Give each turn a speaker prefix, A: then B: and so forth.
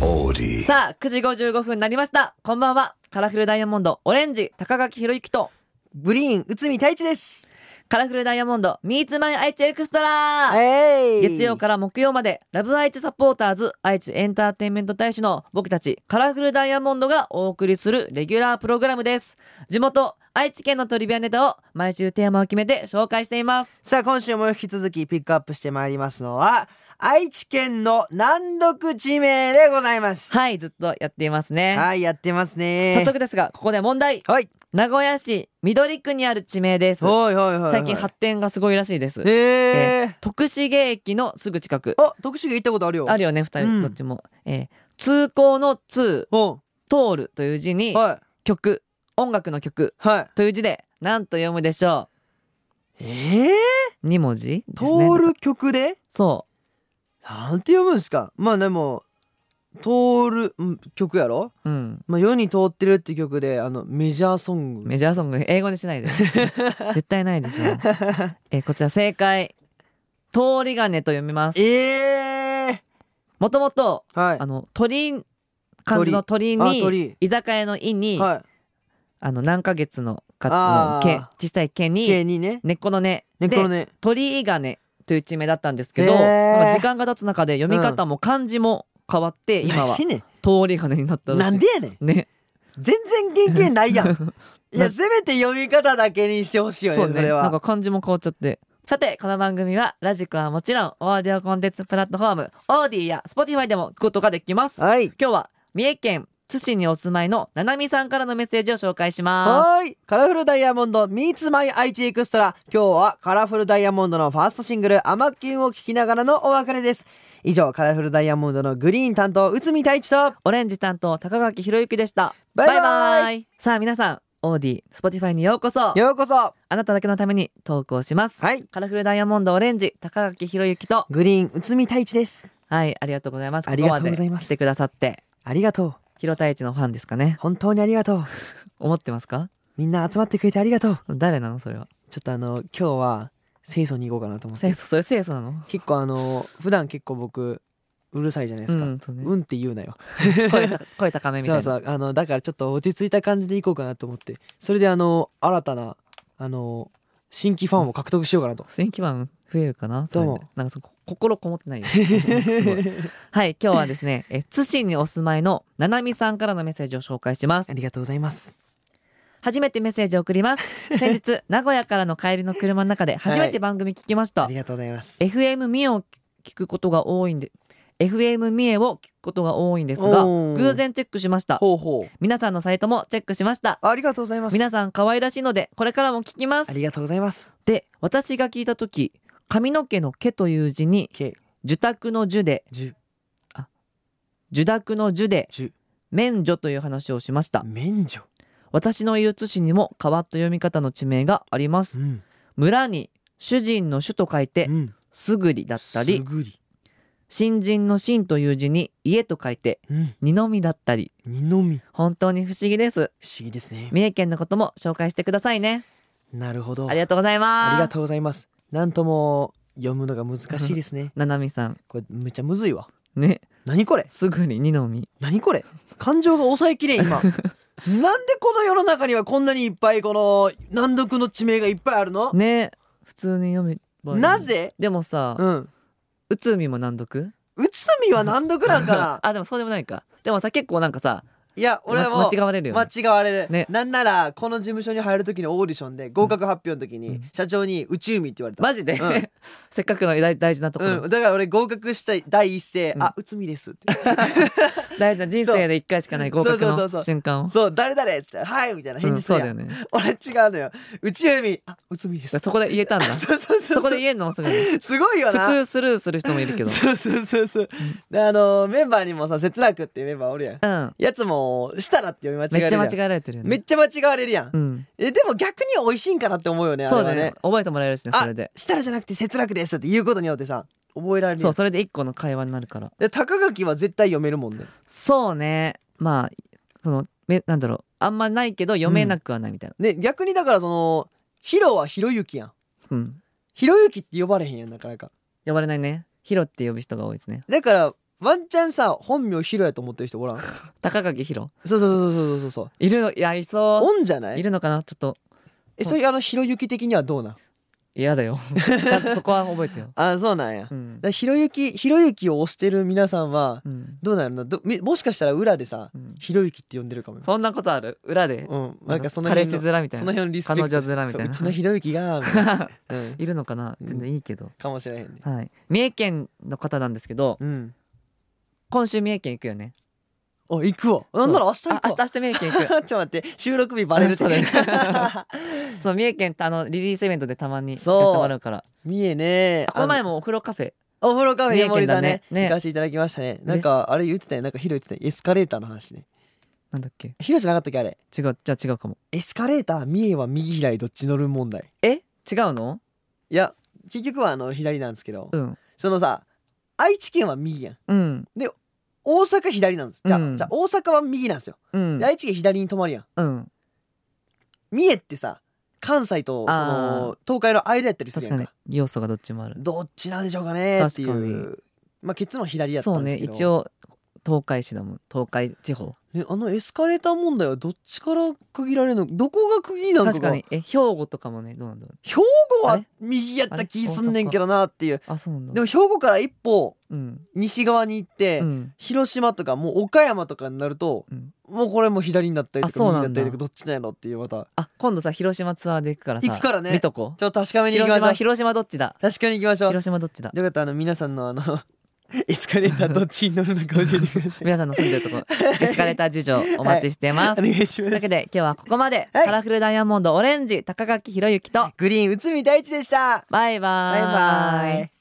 A: body.
B: さあ、9時55分になりました。こんばんは。カラフルダイヤモンド、オレンジ、高垣博之と、
C: ブリーン内海太一です。
B: カラフルダイヤモンド、ミーツマイ愛知エクストラ
C: えい
B: 月曜から木曜まで、ラブ愛知サポーターズ、愛知エンターテインメント大使の僕たち、カラフルダイヤモンドがお送りするレギュラープログラムです。地元、愛知県のトリビアネタを毎週テーマを決めて紹介しています。
C: さあ今週も引き続きピックアップしてまいりますのは愛知県の難読地名でございます。
B: はい、ずっとやっていますね。
C: はいやってますね。
B: 早速ですが、ここで問題。
C: はい。
B: 名古屋市緑区にある地名です。
C: おいおいおいおい。
B: 最近発展がすごいらしいです。
C: えー。
B: 徳重駅のすぐ近く。
C: あ徳重行ったことあるよ。
B: あ
C: る。
B: るよね、二
C: う
B: 人
C: ん
B: どっちも。えー通行の通、
C: お
B: 通るという字に、
C: は
B: 曲、音楽の曲
C: いはい。
B: という字で、何と読むでしょ
C: ええ
B: う。二文字ですね。
C: 通る曲で
B: そ
C: なんて読むんですか。まあでも通るん曲やろ。
B: う。うん。
C: まあ世に通ってるって曲であのメジャーソング。
B: メジャーソング、英語にし ないで。絶対ないでしょ。えーこちら正解。通り金と読みます。
C: ええ
B: もともと、
C: ー。はい
B: あ。の、鳥、漢字の鳥
C: あ
B: に、
C: 鳥
B: 居酒屋の「い」に、
C: はい。
B: あの何ヶ月のかの「
C: あー
B: け」小さい「け」に
C: 系にね。
B: 根っこの「ね」
C: ねこの
B: で
C: ね。
B: 「鳥居金」という地名だったんですけど
C: へー
B: なんか時間が経つ中で読み方も漢字も変わって今は
C: らしいね
B: 「通り金」になったらしい
C: なんでやねん。
B: ね
C: 全然原型ないやん。 い
B: な
C: や、せめて読み方だけにしてほしいよね、
B: そ
C: そう
B: ね
C: れ
B: なんか
C: は。
B: 漢字も変わっちゃってさてこの番組はラジコはもちろんオーディオコンテンツプラットフォームオーディやスポティファイでも聞くことができます
C: はい。
B: 今日は三重県津市にお住まいのななみさんからのメッセージを紹介します
C: はーい。カラフルダイヤモンド Meets My 愛知エクストラ。今日はカラフルダイヤモンドのファーストシングル、アマキュンを聞きながらのお別れです。以上、カラフルダイヤモンドのグリーン担当、内海太一と、
B: オレンジ担当高垣博之でした
C: バイバイ
B: イさあ皆さんオーディスポティファイにようこそ
C: ようこそ。は
B: あなただけのために投稿します、
C: い。
B: カラフルダイヤモンドオレンジ高垣博之と
C: グリーン、内海太一です。
B: はいありがとうございます
C: ありがとうございま
B: ここまです来てくださって
C: ありがとう。
B: 広田一のファンですかね
C: 本当にありがとう。
B: 思ってますか
C: みんな集まってくれてありがとう。
B: 誰なのそれは
C: ちょっとあの、今日は、清楚に行こうかなと思って
B: 清。楚それ清楚なの
C: 結構あの普段結構僕うるさいじゃないですか、
B: う
C: うんん
B: そうね
C: って言うなよ
B: 声た声高めみた
C: そ
B: いうな
C: そうあのだからちょっと落ち着いた感じでいこうかなと思ってそれであの新たなあの新規ファンを獲得しようかなと
B: 新規版増えるかなそれで
C: どうも
B: なんかそこ心こもってないよすごいはい今日はですねえ 津市にお住まいのななみさんからのメッセージを紹介します
C: ありがとうございます
B: 初めてメッセージを送ります先日名古屋からの帰りの車の中で初めて番組聞きました、
C: ありがとうございます
B: FM 三重を聞くことが多いんで FM 三重を聞くことが多いんですが
C: おー
B: 偶然チェックしました
C: ほうほ
B: 皆さんのサイトもチェックしました
C: うありがとうございます
B: 皆さん可愛らしいのでこれからも聞きます
C: ありがとうございます
B: で私が聞いた時髪の毛の毛という字に
C: 計
B: 受託の受で
C: 10
B: 受託の受で
C: 10
B: 免除という話をしました
C: 免除
B: 私のいる津市にも変わった読み方の地名があります
C: うん
B: 村に主人の主と書いて
C: うん
B: すぐりだった
C: す
B: り
C: ぐり
B: 新人の新という字に家と書いて
C: うん
B: 二の実だったり
C: 二のみ
B: 本当に不思議です
C: 不思議ですね
B: 三重県のことも紹介してくださいね
C: なるほど
B: ありがとうございます
C: ありがとうございますなんとも読むのが難しいですね
B: ななみさん
C: これめっちゃむずいわ
B: ね
C: 何これ
B: すぐり二の実
C: 何これ感情が抑えきれん 今なんでこの世の中にはこんなにいっぱいこの難読の地名がいっぱいあるの、
B: ね普通に読めばいい
C: なぜ
B: でもさ
C: うん
B: うつみも難読
C: 内海は難読なんかな
B: あでもそうでもないかでもさ結構なんかさ
C: いや俺はもう、
B: ま間違われるよ、ね、
C: 間違われる、
B: ね
C: なんならこの事務所に入る時のオーディションで合格発表の時に、
B: うん
C: 社長に「内海」って言われた、
B: マジで、
C: うん
B: せっかくの大大事なところ、
C: うん、だから俺合格した第一声「
B: うん
C: あ内海です」って
B: 大事な人生で一回しかない合格
C: そうそうそうそ
B: の
C: う
B: 瞬間を
C: 「そう誰誰」っつって「はい」みたいな
B: う
C: 返
B: ん
C: 事す
B: そう
C: る
B: だ
C: や
B: よ
C: ん、
B: ね
C: 俺違うのよ内海あ内海です
B: そこで言えたんだそ
C: そうそうそ
B: こ
C: うそ
B: で
C: う
B: 言えんのもすぐに
C: すごいよ
B: 普
C: な
B: 通スルーする人もいるけど
C: そうそうそうそう。であのメンバーにもさ節楽っていうメンバーおるやん。
B: うん
C: やつもしたらって読み間違え
B: めっ
C: る
B: ちゃ
C: やん。
B: 間違えられてるよね
C: めっちゃ間違われるやん。
B: うん
C: えでも逆に美味しいんかなって思うよね。
B: そう
C: あ
B: だ
C: れは
B: ね
C: ね。
B: 覚えてもらえるしね
C: あ
B: それで
C: したらじゃなくて節楽ですって言うことによってさ覚えられる
B: そ
C: や。
B: うんそれで一個の会話になるから
C: で高垣は絶対読めるもんね。
B: そうねまあそのめなんだろうあんまないけど読めなくはないみたいな
C: ね逆にだからそのヒロはひろゆきやん。
B: うん、
C: ひろゆきって呼ばれへんやんなかなか。
B: 呼ばれないねヒロって呼ぶ人が多いですね
C: だからワンチャンさ本名ヒロやと思ってる人おらん
B: 高垣ひろ
C: そうそうそうそうそ うそう
B: いるのいやいそ
C: おんじゃな
B: うい
C: い
B: るのかなちょっと
C: えそういうあのひろゆき的にはどうなん
B: 嫌だよ ちゃんとそこは覚えてよ
C: あそうなんやだか
B: うん、
C: らひろゆきひろゆきを推してる皆さんは
B: うん
C: どうなるのどみもしかしたら裏でさ
B: うん、
C: ひろゆきって呼んでるかもよ
B: そんなことある裏で
C: うんなんかその
B: 彼
C: 辺
B: 氏
C: の
B: 面みた
C: そ
B: い
C: の
B: な
C: 辺のリスペクト
B: 彼女面みたいな
C: そううちのひろゆきがみた いなうん
B: いるのかな全然いいけど、
C: かもしれへんね
B: はい三重県の方なんですけど
C: うん
B: 今週三重県行くよね
C: あ行くわなんなら明日行
B: あ
C: く
B: 明
C: わ
B: 日明日三重県行
C: ち
B: く
C: ょっと待って収録日バレるって
B: うんそ そう三重県あのリリースイベントでたまに
C: そ
B: 行
C: う
B: かせてもらうから
C: 三重ね
B: あこの前もお風呂カフェ
C: あのお風呂カフェ山森さん
B: 三重
C: ね
B: 県だねね
C: 行かせていただきましたねなんかあれ言ってたよなんかヒロ言ってたよエスカレーターの話ね
B: なんだっけ
C: ヒロじゃなかったっけあれ
B: 違うじゃあ違うかも
C: エスカレーター三重は右左どっち乗る問題
B: え違うの
C: いや結局はあの左なんですけど
B: うん
C: そのさ愛知県は右やん
B: うん
C: 大阪左なんですじゃあ、
B: うん
C: じゃあ大阪は右なんですよ、
B: うん
C: で愛知県左に止まるやん
B: うん
C: 三重ってさ関西とその東海の間やったりする
B: 確か
C: やん
B: に
C: か
B: 要素がどっちもある
C: どっちなんでしょうかねってい
B: 確か
C: うまあ結論左やった
B: そうんね
C: ですけど
B: 一応東海市だもん東海地方
C: ねあのエスカレーター問題はどっちから区切られるのどこが区切りなのか
B: 確
C: が
B: かにえ兵庫とかもねどうなんだろう
C: 兵庫
B: あ
C: は
B: れ
C: 右やった気すんねんけどなっていう
B: あそうなんだ
C: でも兵庫から一歩
B: うん
C: 西側に行って、
B: うん
C: 広島とかもう岡山とかになると
B: うん
C: もうこれも左になったりと
B: あそ
C: か
B: うな
C: 右
B: ん
C: に
B: だ
C: なったりとかどっちなんやろっていうまた
B: あ今度さ広島ツアーで行くからさ
C: 行くからね
B: 見とこう
C: ちょっと確かめに行き
B: 広
C: ましょ
B: 島
C: う
B: 広島どっちだ
C: 確かに行きましょう
B: 広島どっち だ
C: よかったらあの皆さんのあの エスカレータ ーどっちに乗るのか教えてください
B: 皆さんの住んでるとこエスカレーター事情お待ちしてます、
C: お願いし
B: という
C: ま
B: わけ
C: す
B: で今日はここまで、
C: はい
B: カラフルダイヤモンドオレンジ高垣ひろゆきと
C: グリーン内海大地でした
B: バイバ
C: バイ
B: ー
C: バイ